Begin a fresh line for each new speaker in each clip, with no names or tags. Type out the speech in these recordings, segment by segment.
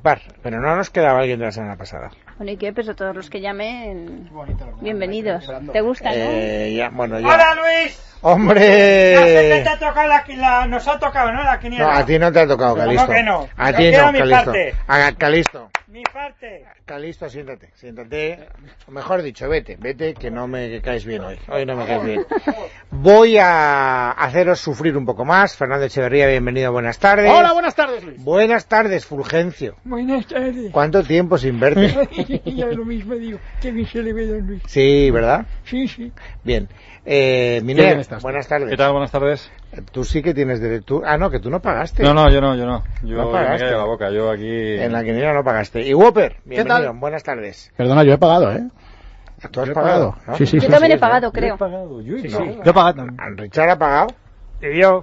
participar, pero no nos quedaba alguien de la semana pasada.
Bueno, ¿y qué? Pues a todos los que llamen,
bonito, ¿verdad?
bienvenidos.
Esperando.
¿Te gusta, no?
Eh, ya, bueno, ya.
¡Hola, Luis! Ya sé que
¡Hombre!
te ha tocado la, qui- la- Nos ha tocado, ¿no? La
No,
quiniela.
a ti no te ha tocado,
¿Cómo
Calisto.
que no?
A
Yo
ti
quiero
no,
mi
Calisto.
parte.
A Calisto.
Mi parte.
Calisto, siéntate, siéntate. O mejor dicho, vete, vete, que no me caes bien hoy. Hoy no me caes bien. Voy a haceros sufrir un poco más. Fernando Echeverría, bienvenido, buenas tardes.
Hola, buenas tardes, Luis.
Buenas tardes, Fulgencio.
Buenas tardes.
¿Cuánto tiempo sin verte?
ya lo mismo digo, que bien se le ve don Luis.
Sí, ¿verdad?
Sí, sí.
Bien. Eh, Miner,
bien estás?
buenas tardes.
¿Qué tal? Buenas tardes.
Tú sí que tienes derecho. Ah, no, que tú no pagaste.
No, no, yo no, yo no. Yo
No
yo me
pagaste.
callo la boca, yo aquí...
En la quiniela no pagaste. Y Whopper, bienvenido,
tal?
buenas tardes.
Perdona, yo he pagado, ¿eh?
¿Tú has
Yo he
pagado? Ah, pues ¿no?
pagado. Sí, sí,
Yo
sí.
también he
sí.
pagado, creo.
Yo he pagado.
¿Richard ha pagado? Y yo.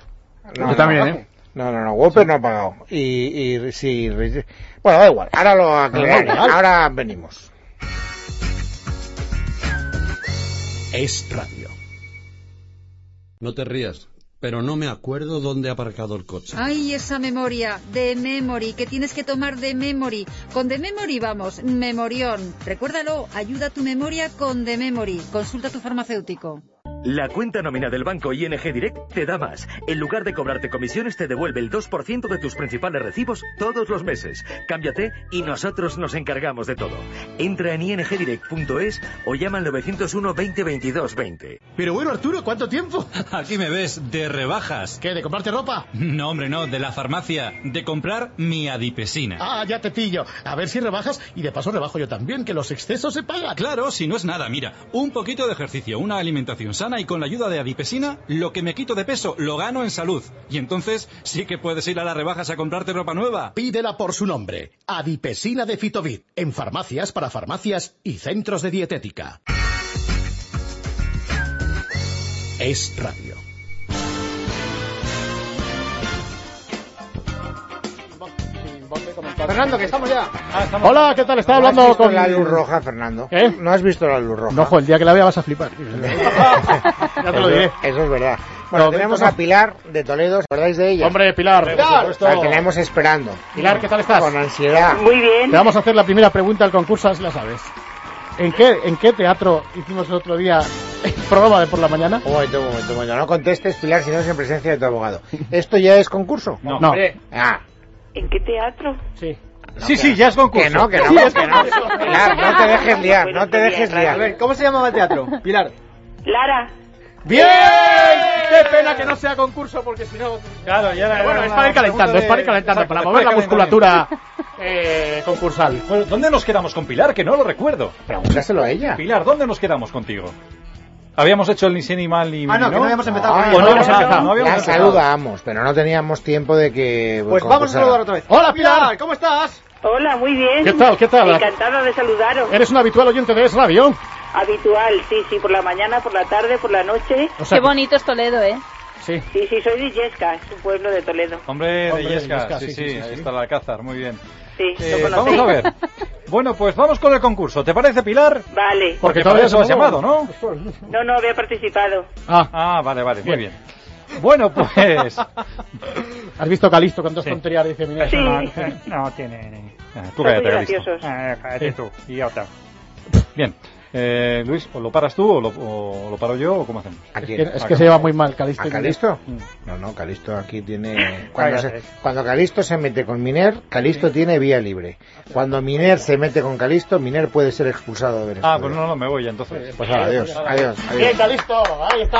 Yo también, ¿eh?
No, no, no, Whopper no ha pagado. Y, y sí, Rich- bueno, da igual, ahora lo aclaramos,
igual.
ahora venimos.
Es radio. No te rías, pero no me acuerdo dónde he aparcado el coche.
Ay, esa memoria, de memory, que tienes que tomar de memory. Con de memory vamos, memorión. Recuérdalo, ayuda a tu memoria con de memory. Consulta a tu farmacéutico.
La cuenta nómina del banco ING Direct te da más. En lugar de cobrarte comisiones, te devuelve el 2% de tus principales recibos todos los meses. Cámbiate y nosotros nos encargamos de todo. Entra en ingdirect.es o llama al 901 20 22 20.
Pero bueno, Arturo, ¿cuánto tiempo?
Aquí me ves de rebajas.
¿Qué, de comprarte ropa?
No, hombre, no, de la farmacia, de comprar mi adipesina.
Ah, ya te pillo. A ver si rebajas y de paso rebajo yo también, que los excesos se pagan.
Ah, Claro, si no es nada, mira, un poquito de ejercicio, una alimentación sana y con la ayuda de adipesina, lo que me quito de peso lo gano en salud. Y entonces sí que puedes ir a las rebajas a comprarte ropa nueva.
Pídela por su nombre. Adipesina de Fitovit. En farmacias, para farmacias y centros de dietética. Es radio.
Fernando, que estamos ya.
Hola, ¿qué tal? Estaba
¿No has
hablando
visto
con
la luz roja, Fernando?
¿Eh?
¿No has visto la luz roja?
No, jo, el día que la vea vas a flipar. ya te lo
Eso-
diré.
Eso es verdad. Bueno,
No, de
tenemos
hecho, no.
a Pilar de Toledo, ¿os acordáis de ella?
Hombre, Pilar, por
Pilar.
supuesto.
La tenemos esperando.
Pilar, ¿qué tal estás?
Con ansiedad.
Muy bien.
Te vamos a hacer la primera pregunta al concurso, así la sabes. ¿En qué, ¿En qué teatro hicimos el otro día el programa de por la mañana?
Un momento, un momento, un momento. No contestes, Pilar, si no es en presencia de tu abogado. ¿Esto ya es concurso?
No.
Hombre,
Ah.
¿En qué teatro?
Sí.
Sí, sí, ya es concurso.
Que no, que no,
Sí, es
que no.
concurso.
Pilar, no te dejes liar, no te dejes
a ver,
liar.
¿cómo se llamaba el teatro? Pilar.
Lara.
¡Bien!
Qué pena que no sea concurso porque si no.
Claro, ya era-
Bueno,
era
es
una
para ir calentando,
pregunta
es para ir
de-
calentando,
Exacto,
para
de
mover la
calentamiento.
musculatura eh, concursal.
Bueno, ¿dónde nos quedamos con Pilar? Que no lo recuerdo.
Pregúntaselo a ella.
Pilar, ¿dónde nos quedamos contigo? Habíamos hecho el ni sí, ni mal ni
Ah, no, que no habíamos empezado.
Ah,
con
no,
ello.
no,
habíamos
no,
empezado,
no,
no habíamos
La
empezado.
saludábamos, pero no teníamos tiempo de que.
Pues vamos a
concursara.
saludar otra vez.
Hola, Pilar.
¿cómo estás?
Hola, muy bien.
¿Qué tal? ¿Qué tal?
Encantada de saludaros.
Eh.
Eres un habitual oyente de Es Radio.
Habitual, sí, sí, por la mañana, por la tarde, por la noche.
O sea,
Qué bonito es Toledo, ¿eh?
Sí.
Sí, sí, soy de Yesca, es un pueblo de Toledo.
Hombre,
Hombre,
de
de
Yesca,
Yesca,
sí,
sí,
sí,
sí, sí,
ahí
sí.
está el Alcázar, muy bien.
Sí,
Eh,
lo
vamos
conocéis.
a ver. Bueno, pues vamos con el concurso. ¿Te parece, Pilar?
Vale.
Porque
Porque todavía
todavía eso lo has llamado,
somos-
¿no?
No, no había participado.
Ah,
Ah, vale, vale, muy bien. Bueno, pues...
has visto Calisto cuántas
Sí.
tonterías dice mira,
Sí.
eso no- eh.
No, tiene.
Ah, Tú cállate,
Son muy
Calixto.
graciosos.
cállate tú, idiota.
Bien. Eh, Luis, ¿o lo paras tú o lo, o lo paro yo o cómo hacemos?
¿A
Es
quién?
que, es que se lleva muy mal Calisto.
¿A
y
Calisto?
Mm.
No, no, Calisto aquí tiene. Cuando, se-
Cállate.
cuando Calisto se mete con Miner, Calisto tiene vía libre. Cuando Miner se mete con Calisto, Miner puede ser expulsado del
Ah,
estudio.
pues no, no, me voy ya entonces.
Pues ahora, adiós, adiós,
Bien,
adiós.
Calisto, ahí está.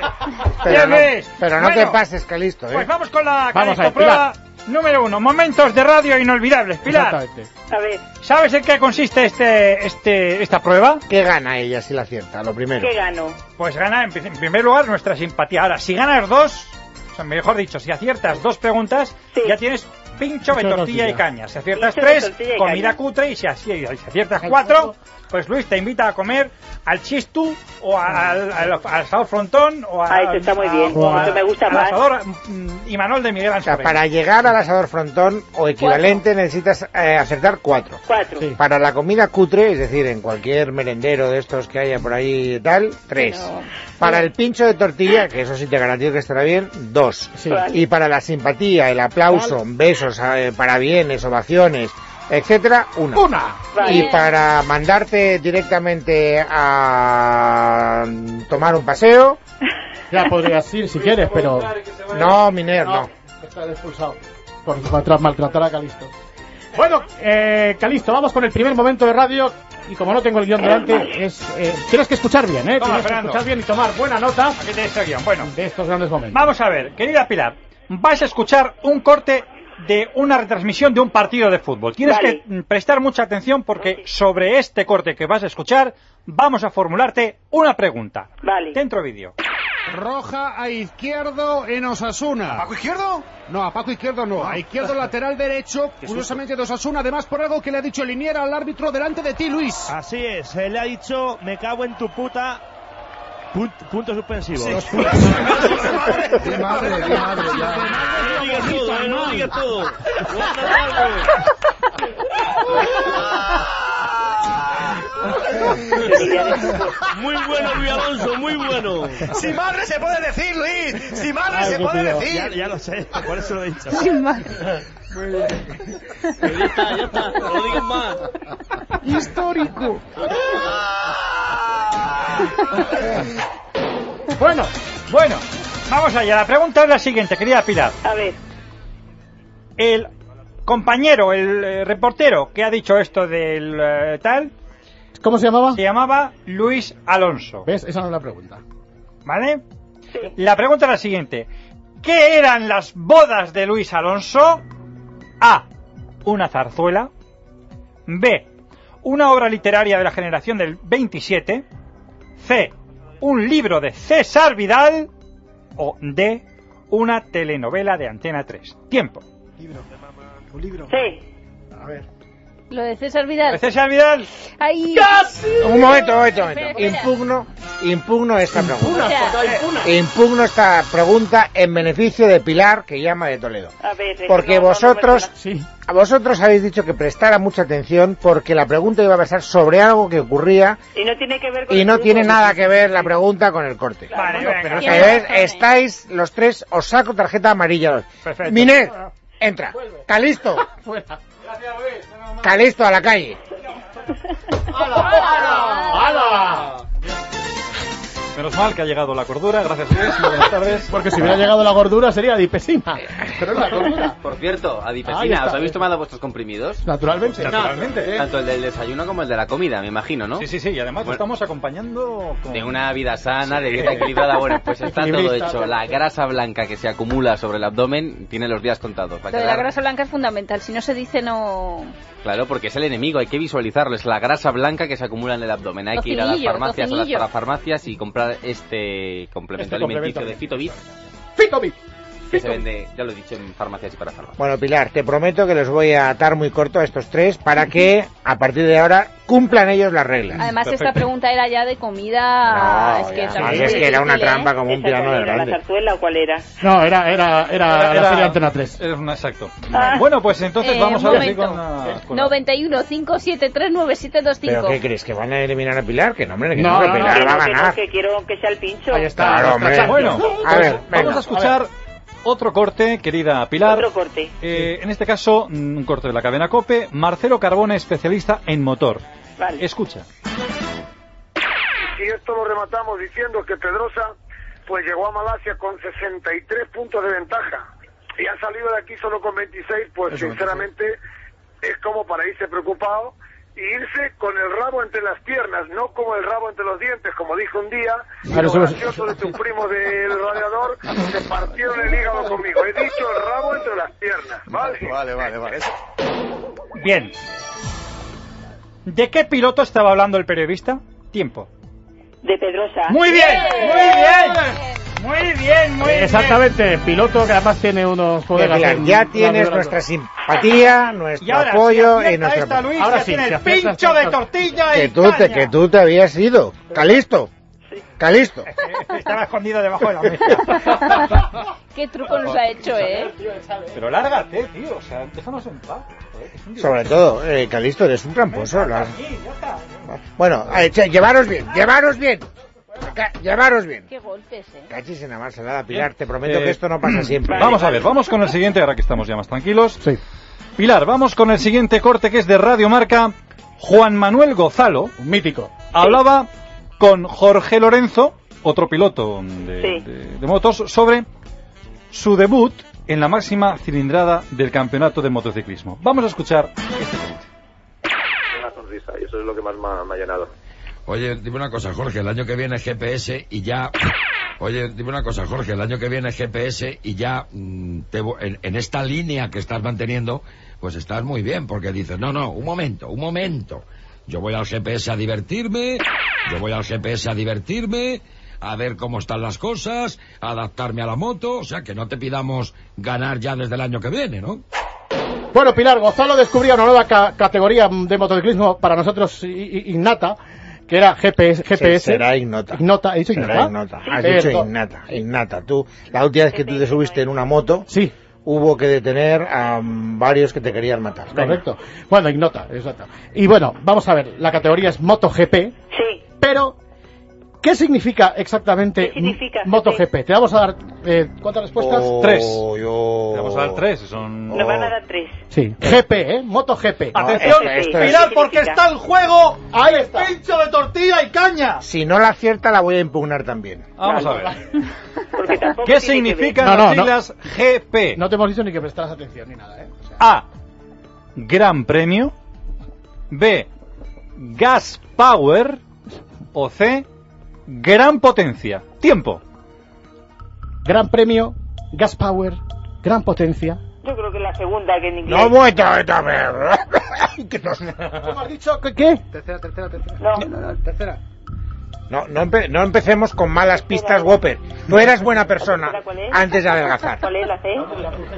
Ah.
Pero no,
ves.
pero no te
Bueno,
pases, Calisto,
Pues
¿eh?
vamos con la
Vamos
Calixto,
a ver,
prueba número uno. Momentos de radio inolvidables. Pilar,
Exactamente.
A ver,
¿sabes en qué consiste este, este, esta prueba?
¿Qué gana ella si la acierta? Lo primero.
¿qué gano?
Pues gana en, en primer lugar nuestra simpatía. Ahora, si ganas dos, o sea, mejor dicho, si aciertas dos preguntas,
Sí.
ya tienes pincho de
Pincho de
tortilla y
tortilla.
caña. Si aciertas
Pincho de
tres,
tortilla y
comida
caña.
cutre y si, así- y si aciertas cuatro, pues Luis te invita a comer al chistu o a- al, al, al asado frontón o a,
Ah, eso está muy
a-
bien.
o a-
Eso me gusta
al
más.
asador, mm, y Manuel de Miguel
O sea,
Ángel.
para llegar al asador frontón o equivalente necesitas eh, acertar cuatro.
Cuatro.
Sí.
Para la comida cutre, es decir, en cualquier merendero de estos que haya por ahí y tal, tres.
Pero-
eh,
Para el pincho de tortilla, que eso sí te garantizo que estará bien, dos.
Sí.
Vale.
Y para la simpatía, el aplauso, besos ingresos eh, para bienes, ovaciones, etcétera, una.
Una.
Y para mandarte directamente a tomar un paseo.
Ya podrías ir si quieres, pero.
No, Miner, no.
Estás expulsado. Por maltra- maltratar a Calisto. Bueno, eh, Calisto, vamos con el primer momento de radio. Y como no tengo el guión delante, es, eh, tienes que escuchar bien, ¿eh?
Toma,
tienes que
Fernando.
escuchar bien y tomar buena nota
Aquí tenéis el guión. Bueno,
de estos grandes momentos.
vamos a ver, querida Pilar, vas a escuchar un corte de una retransmisión de un partido de fútbol. Tienes
Vale.
que mm, prestar mucha atención porque sobre este corte que vas a escuchar vamos a formularte una pregunta.
Vale.
Dentro vídeo.
Roja a izquierdo en Osasuna. ¿A Paco Izquierdo? No, a Paco Izquierdo no. A izquierdo lateral derecho, curiosamente de Osasuna, además por algo que le ha dicho Liniera al árbitro delante de ti, Luis.
Así es, él le ha dicho, me cago en tu puta. Pun- punto suspensivo.
Qué madre, qué madre, ya.
No digas todo, eh, no digas todo. Muy bueno, Luis Alonso, muy bueno.
¡Si madre se puede decir, Luis! ¡Si madre se puede
Ya,
decir!
ya lo sé, por eso lo he dicho.
Sin más.
Ya está, ya está, no digas más.
Histórico. bueno,
Bueno, vamos allá. La pregunta es la siguiente, querida Pilar.
A ver,
El compañero, el eh, reportero que ha dicho esto del eh, tal,
¿cómo se llamaba?
se llamaba Luis Alonso.
¿Ves? Esa no es la pregunta.
¿Vale? La pregunta es la siguiente. ¿Qué eran las bodas de Luis Alonso? A. Una zarzuela. B. Una obra literaria de la generación del 27. C. Un libro de César Vidal. O D. Una telenovela de Antena 3. Tiempo.
sí.
Lo de César Vidal.
César Vidal.
Ahí.
Un momento, un momento, un
Espera,
momento.
espera.
Impugno, impugno esta pregunta.
O sea,
Impugno esta pregunta en beneficio de Pilar, que llama de Toledo.
A ver. eh,
Porque
no, no, no,
vosotros,
perdona.
a vosotros habéis dicho que prestara mucha atención porque la pregunta iba a versar sobre algo que ocurría
Y no tiene que ver con
y
el
no
fútbol.
tiene nada que ver la pregunta con el corte.
Vale, venga.
Pero
Tiene
que ves,
razón, ¿eh?
estáis los tres, os saco tarjeta amarilla.
Perfecto.
Minet, entra. Calisto,
Fuera.
Calisto a la calle.
¡Ah!
Menos mal que ha llegado la cordura. Gracias, Luis. Muy Buenas tardes.
Porque si hubiera llegado la gordura sería dipesina. Pero es la gordura.
Por cierto,
Ahí
adipesina,
está.
¿os habéis tomado vuestros comprimidos?
Naturalmente.
Naturalmente. ¿eh?
Tanto el del desayuno como el de la comida, me imagino, ¿no?
Sí, sí, sí. Y además lo
Bueno.
estamos acompañando con...
De una vida sana, de dieta equilibrada, bueno, pues está todo
Equilibrista,
hecho. La grasa blanca que se acumula sobre el abdomen tiene los días contados. Va a
Lo de la
quedar-
grasa blanca es fundamental. Si no se dice, no.
Claro, porque es el enemigo, hay que visualizarlo. Es la grasa blanca que se acumula en el abdomen. Hay que ir a las
Tocinillo,
farmacias, a las
tocinillo.
parafarmacias y comprar este complemento
Este
alimenticio
complemento.
de Fitobit
Fitobi.
que se vende, ya lo he dicho, en farmacias y parafarmacias.
Bueno, Pilar, te prometo que los voy a atar muy corto a estos tres para que a partir de ahora cumplan ellos las reglas.
Además, esta
Perfecto.
pregunta era ya de comida.
No,
Ah, es que
ya.
también
Sí,
es
es que era una
difícil, ¿eh?
trampa como un
¿Esa
piano
cuál
de
era, ¿La
grande.
zarzuela o cuál era?
No, era, era, era, la serie Antena 3.
Era un exacto.
Ah.
Bueno, pues entonces
Eh,
vamos
un
a ver si
momento.
con la... con la-
91 573
¿Pero qué
9725.
crees? ¿Que van a eliminar a Pilar? Que no, hombre, que
No,
no, que
no, no,
Pilar
Que
va a
no, que no,
ganar.
que quiero que sea el pincho.
Ahí está.
Claro, hombre.
Bueno,
A ver,
vamos a
venga.
escuchar otro corte, querida Pilar.
Otro corte.
Eh, en este caso, un corte de la cadena COPE. Marcelo Carbone, especialista en motor.
Vale.
Escucha.
Y esto lo rematamos diciendo que Pedrosa pues llegó a Malasia con 63 puntos de ventaja y ha salido de aquí solo con 26, pues sinceramente es como para irse preocupado y irse con el rabo entre las piernas, no como el rabo entre los dientes, como dijo un día,
Claro,
los
eso es-
graciosos de tus primos del radiador se partieron el hígado conmigo. He dicho el rabo entre las piernas, ¿vale? Vale, vale, vale.
Bien. ¿De qué piloto estaba hablando el periodista? Tiempo.
De Pedrosa.
Muy bien, muy bien, muy bien, muy bien.
Exactamente, piloto que además tiene
Bien,
unos colegas.
Pilar,
en-
ya tienes
en-
nuestra simpatía,
Y
nuestro
ahora,
apoyo
si acierta
y nuestro
esta, Luis,
Ahora
ya
sí,
tiene
si
el
aciertas
pincho
esta-
de tortilla
que
y
tú te
caña.
que tú te habías ido. Calisto. Calisto.
Estaba escondido debajo de la mesa.
Qué truco nos ha hecho, ¿eh?
Pero lárgate, tío. O sea, déjanos en paz. joder, que es un día.
Sobre todo, eh, Calisto, eres un tramposo. lo has-
Aquí, ya está.
Bueno, eh, che, llevaros bien, llevaros bien. Ca- Llevaros bien.
Qué golpes, ¿eh?
Cachis en la mar salada, Pilar. Te prometo
Eh,
que esto no pasa siempre.
Vamos a ver, vamos con el siguiente, ahora que estamos ya más tranquilos. Pilar, vamos con el siguiente corte que es de Radio Marca. Juan Manuel Gozalo,
mítico,
hablaba con Jorge Lorenzo, otro piloto de, de- de motos, sobre su debut en la máxima cilindrada del campeonato de motociclismo. Vamos a escuchar
Una sonrisa, y eso es lo que más me ha, me ha llenado.
Oye, dime una cosa, Jorge, el año que viene es GPS y ya... Oye, dime una cosa, Jorge, el año que viene es GPS y ya mm, te vo- en, en esta línea que estás manteniendo, pues estás muy bien, porque dices, no, no, un momento, un momento. Yo voy al GPS a divertirme, yo voy al GPS a divertirme, a ver cómo están las cosas, a adaptarme a la moto, o sea, que no te pidamos ganar ya desde el año que viene, ¿no?
Bueno, Pilar, Gonzalo descubría una nueva ca- categoría de motociclismo para nosotros i- i- innata, que era GPS. GPS.
Se- será ignota.
Ignota, ¿he dicho
Será
ignota?
ignota. Has dicho
Perdón.
innata, innata. Tú, la última vez que tú te subiste en una moto,
sí.
hubo que detener a mm, varios que te querían matar.
Correcto. Bueno, ignota, exacto. Y bueno, vamos a ver, la categoría es MotoGP.
Sí.
Pero, ¿qué significa exactamente
significa
m- MotoGP? Te vamos a dar, eh, ¿cuántas respuestas?
Oh,
tres. Le vamos a dar tres, son...
Nos van a dar tres.
Sí. GP, ¿eh? MotoGP.
Ah.
Atención, Pilar, porque está en juego
Ahí está.
el pincho de tortilla y caña.
Si no la acierta, la voy a impugnar también.
Vamos a ver.
¿Qué significan
No, no,
las
no.
siglas GP?
No te hemos dicho ni que prestaras atención ni nada, ¿eh?
A. Gran Premio. B. Gas Power. O C. Gran Potencia. Tiempo.
Gran premio, gas power, gran potencia.
Yo creo que la segunda que en inglés.
No, bueno, a
¿Cómo
has dicho? ¿Qué?
Tercera, tercera, tercera. No,
tercera.
No, no, empe- no empecemos con malas pistas, Whopper. No eras buena persona antes de adelgazar.
¿Cuál es la C? ¿eh?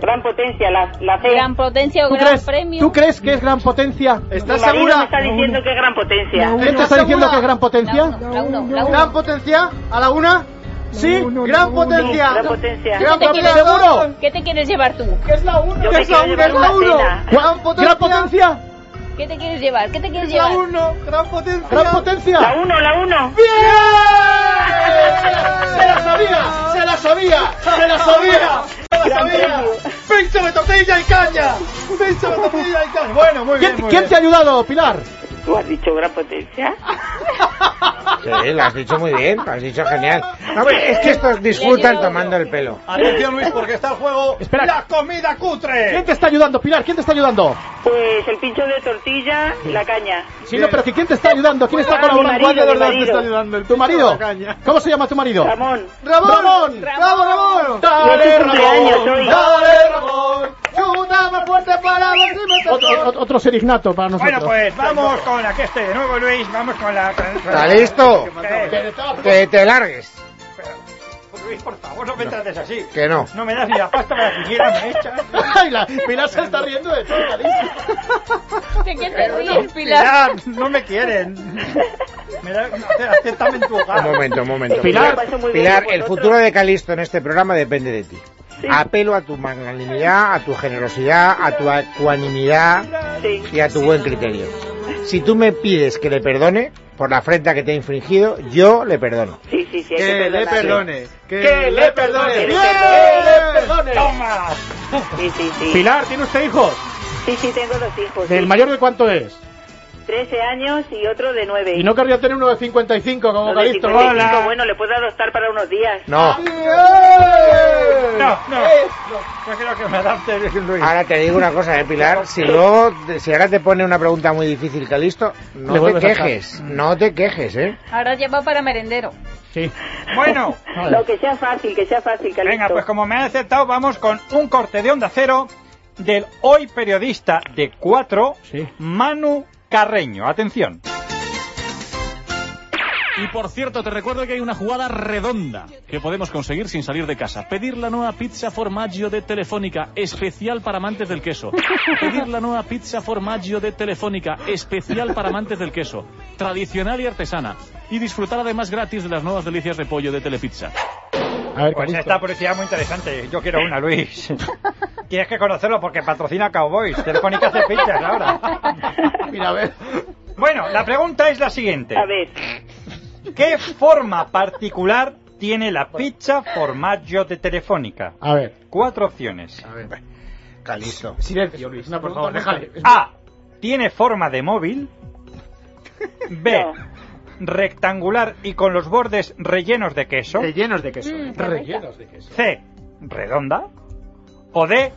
Gran potencia, la, la C.
Gran potencia o
¿Tú
gran
crees,
premio.
¿Tú crees que es gran potencia?
Mi marido me está diciendo que es gran potencia.
¿Él te está diciendo que es gran
La
potencia?
uno, la uno.
¿Gran potencia? ¿A la una? Sí, gran potencia.
Gran potencia.
¿Qué te, quieres,
¿Seguro?
¿Qué te quieres llevar tú?
¿Qué es la 1?
Yo me quiero llevar una cena.
¿Gran potencia? ¿Gran potencia?
¿Qué te quieres llevar? ¿Qué te quieres llevar?
uno, gran potencia. ¿Gran potencia?
La uno, la uno.
¡Bien! ¡Se la sabía! ¡Se la sabía! ¡Se la sabía! ¡Se la sabía! ¡Pincho de tortilla y caña! ¡Pincho de tortilla y caña! Bueno, muy bien. ¿Quién te ha ayudado, Pilar?
Tú has dicho gran potencia.
Sí, lo has dicho muy bien, lo has dicho genial. No, hombre, es que estos disfrutan tomando el pelo.
Atención, Luis, porque está en juego
Espera.
la comida cutre.
¿Quién te está ayudando, Pilar? ¿Quién te está ayudando?
Pues el pincho de tortilla, la caña.
Sí, no, pero que ¿quién te está ayudando? ¿Quién está
Ah,
colaborando?
mi marido,
¿Cuál de los dos
mi
te
marido.
está ayudando? ¿Tu marido?
la caña.
¿Cómo se llama tu marido?
Ramón.
Ramón. Ramón. Bravo, Ramón. Dale,
Es su cumpleaños
Ramón.
hoy.
Dale, Ramón. Chuta más fuerte para decirme que- Otro, otro, otro serignato para nosotros.
Bueno, pues vamos con la que esté de nuevo, Luis. Vamos con la.
¿Está listo? Que te largues.
Luis, por favor, no me trates así.
Que no.
No me das ni la pasta para que quieras, me echas.
Ay, la, Pilar se está riendo de todo, Alicia.
¿De qué te ríes, Pilar?
Pilar, no me quieren. Me da, no, ace- acéptame en tu hogar.
Un momento, un momento.
Pilar,
Pilar,
pues,
el futuro de Calisto en este programa depende de ti. Apelo a tu magnanimidad, a tu generosidad, a tu ecuanimidad y a tu buen criterio. Si tú me pides que le perdone por la afrenta que te he infringido, yo le perdono.
Sí, sí, sí. hay
Que le
perdonar.
perdone,
Que, le perdone.
Que le
¡Bien!
perdone.
¡Que le perdone!
Toma.
Sí, sí, sí.
Pilar, ¿tiene usted hijos?
Sí, sí, tengo dos hijos.
¿Del
sí.
mayor de cuánto es?
13 años y otro de 9.
Y no querría tener uno de 55 como
Uno de
Calisto.
55, Bueno, le puedo adoptar para unos días.
No.
No, no. Yo creo que me adapte Luis.
Ahora te digo una cosa, eh, Pilar. Si luego, te- si ahora te pone una pregunta muy difícil, Calisto,
Le
no te
vuelves a dejar.
quejes. No te quejes, eh.
Ahora ya va para merendero.
Sí.
Bueno,
Lo que sea fácil, que sea fácil, Calixto.
venga, pues como me han aceptado, vamos con un corte de onda cero del hoy periodista de 4, Manu Carreño. Atención.
Y por cierto, te recuerdo que hay una jugada redonda que podemos conseguir sin salir de casa. Pedir la nueva pizza formaggio de Telefónica, especial para amantes del queso. Pedir la nueva pizza formaggio de Telefónica, especial para amantes del queso. Tradicional y artesana. Y disfrutar además gratis de las nuevas delicias de pollo de Telepizza.
A ver,
Pues esta publicidad es muy interesante. Yo quiero una, Luis. Tienes que conocerlo porque patrocina Cowboys. Telefónica hace fichas ahora.
Mira, a ver.
Bueno, la pregunta es la siguiente.
A ver.
¿Qué forma particular tiene la pizza formaggio de Telefónica?
A ver.
Cuatro opciones.
A ver. Calisto.
Silencio, Luis. No, por favor, déjale.
A. Tiene forma de móvil. B. Rectangular y con los bordes rellenos de queso.
Rellenos de queso. eh.
Rellenos de queso.
C. Redonda. O D.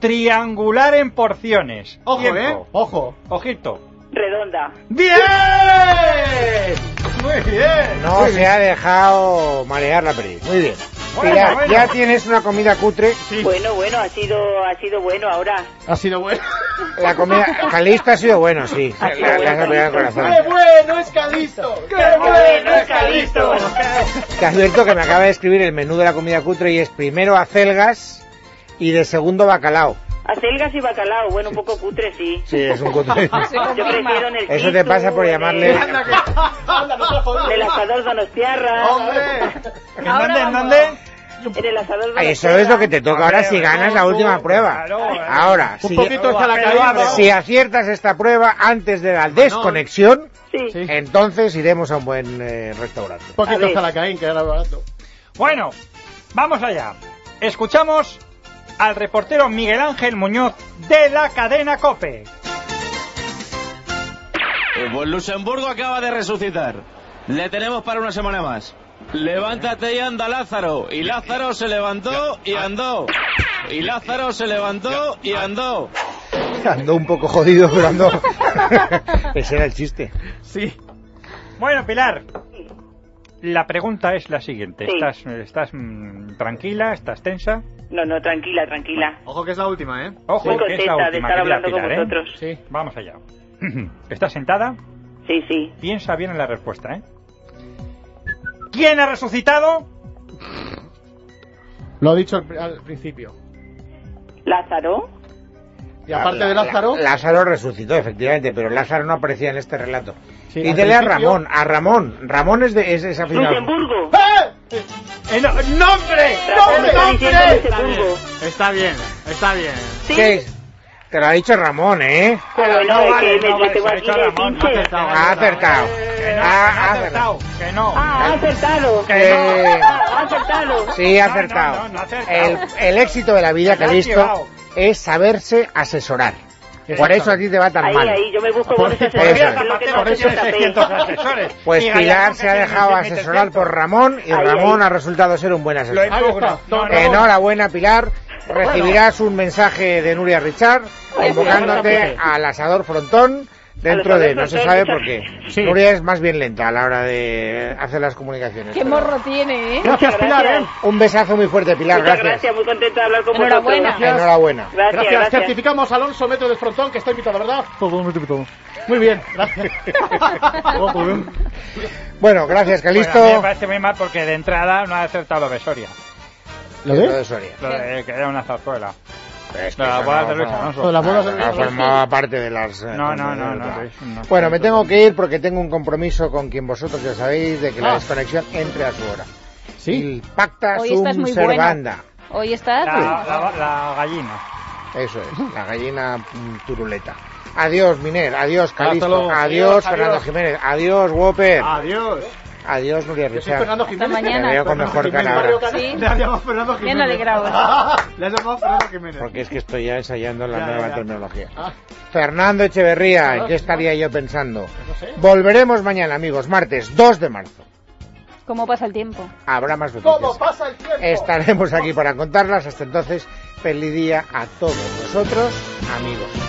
Triangular en porciones.
Ojo,
Tiempo.
eh. Ojo.
Ojito.
Redonda.
¡Bien! Muy bien.
No se ha dejado marear la perdiz. Muy bien.
Bueno,
ya,
bueno.
ya tienes una comida cutre.
Bueno, bueno, ha sido, ha sido bueno ahora.
Ha sido bueno.
La comida. Calisto ha sido bueno, sí.
Ha sido
Le- le
bueno,
has apoyado el
Calisto.
corazón.
bueno es Calisto! ¡Qué
bueno es Calisto!
Te advierto que me acaba de escribir el menú de la comida cutre y es primero acelgas y de segundo bacalao.
Acelgas y bacalao, bueno, un poco cutre, sí.
Sí, es un cutre.
Yo prefiero en el
Eso te pasa por llamarle.
En el asador donostiarra.
¿En dónde? ¿En dónde?
En el asador donostiarra.
Ah, Eso es lo que te toca ahora si ganas la última prueba. Ahora,
Un
si,
poquito hacia la caída.
si aciertas esta prueba antes de la desconexión,
Sí.
entonces iremos a un buen eh, restaurante.
Un poquito
ver.
hasta la caín, que era barato.
Bueno, vamos allá. Escuchamos al reportero Miguel Ángel Muñoz de la cadena Cope.
Eh, Pues Luxemburgo acaba de resucitar. Le tenemos para una semana más. Levántate y anda Lázaro. Y Lázaro se levantó y andó. Y Lázaro se levantó y andó.
Pues,
Ando un poco jodido, pero ando. Ese era el chiste.
Sí. Bueno, Pilar. La pregunta es la siguiente.
Sí.
¿Estás, estás mm, tranquila? ¿Estás tensa?
No, no, tranquila, tranquila.
Ojo que es la última, ¿eh?
Ojo,
Muy
que es la
contenta de
última,
estar
querida
hablando con
Pilar, ¿eh?
vosotros.
Sí.
Vamos allá. ¿Estás sentada?
Sí, sí.
Piensa bien en la respuesta, ¿eh? ¿Quién ha resucitado?
Lo he dicho al, al principio.
Lázaro.
Y aparte de Lázaro.
Lázaro resucitó, efectivamente, pero Lázaro no aparecía en este relato.
Sí,
y
al
dele a
principio-
Ramón, a Ramón. Ramón es de es esa final.
Luxemburgo.
¡Eh, no- ¡Nombre!
Ramón
¡Nombre! Está
está diciendo
bien.
Luxemburgo.
Está bien, está bien.
Sí.
¿Qué es? Te lo ha dicho Ramón, ¿eh?
Pero no,
No
es
vale,
que
no
me- lo
vale,
tengo
se ha
aquí
dicho
de
Ramón, no ha
pinche.
acertado.
Ha acertado.
Que
Ha
no, ha acertado, que no.
Ah, ha acertado.
Eh.
Ah, ha acertado.
Sí, ha
No,
acertado.
no, no, no ha
el,
acertado.
el éxito de la vida,
Se la has
Calisto,
llevado.
es saberse asesorar. Por eso a ti te va tan
Ahí,
mal.
ahí, yo me busco
Por-
buenos
por
asesores.
eso.
que es lo que no
Por
hace
eso
esta
hay
fe.
600 asesores.
Pues
Y
Pilar
Gallardo
se ha
que
dejado
tiene 1700.
asesorar por Ramón y
Ahí,
Ramón
ahí.
ha resultado ser un buen
Lo
asesor.
impugna.
No,
No, no.
Enhorabuena, Pilar. Recibirás un mensaje de Nuria Richard
Pues
convocándote al asador frontón dentro
Al asador
de no se
frontón,
sabe
muchas-
por qué. Nuria es más bien lenta a la hora de hacer las comunicaciones.
Qué
pero-
morro tiene, ¿eh?
Gracias, Pilar, ¿eh?
Un besazo muy fuerte, Pilar.
Muchas gracias.
Gracias.
muy contenta de hablar con
Enhorabuena.
vosotros.
Enhorabuena.
Gracias,
Gracias,
gracias.
certificamos a Alonso Metro del Frontón, que está invitado, ¿verdad? Todo, metro todo. Muy bien, gracias.
Bueno, gracias, Calisto.
Bueno, a mí me parece muy mal porque de entrada no ha acertado lo de Soria.
¿Lo
Lo de Soria.
Lo de que era una zarzuela.
Es que
No,
eso
la boda
no-
de Luis
no-
Alonso.
Lo de la boda de
no
Luis Alonso.
formaba parte de las... eh,
No, no, no, no,
de-
Luis, no.
Bueno, me tengo que ir porque tengo un compromiso con quien vosotros ya sabéis de que la
Ah.
desconexión entre a su hora.
Sí.
El pacta
Hoy estás
sum
muy
servanda.
buena. Hoy estás...
La, la- la gallina.
Eso es, la gallina mm, turuleta. Adiós, Miner. Adiós, Calisto.
luego.
Adiós,
Adiós,
Fernando
adiós.
Jiménez. Adiós, Whopper.
Ah.
Adiós.
Adiós, Nuria
Yo soy
Richard.
Fernando Jiménez.
mañana.
Me veo con
Fernando
mejor
Jiménez.
cara
Mario
ahora.
Cano.
Sí.
Le has llamado Fernando Jiménez.
Bien alegrado.
Le has llamado Fernando Jiménez.
Porque es que estoy ya ensayando la
Ya, ya,
nueva
ya.
terminología.
Ah,
Fernando Echeverría, ¿en
Ah,
qué
sí,
estaría yo pensando?
no sé.
Volveremos mañana, amigos, martes 2 de marzo.
¿Cómo pasa el tiempo?
Habrá más
¿Cómo
noticias.
pasa el tiempo?
Estaremos aquí para contarlas. Hasta entonces, feliz día a todos vosotros, amigos.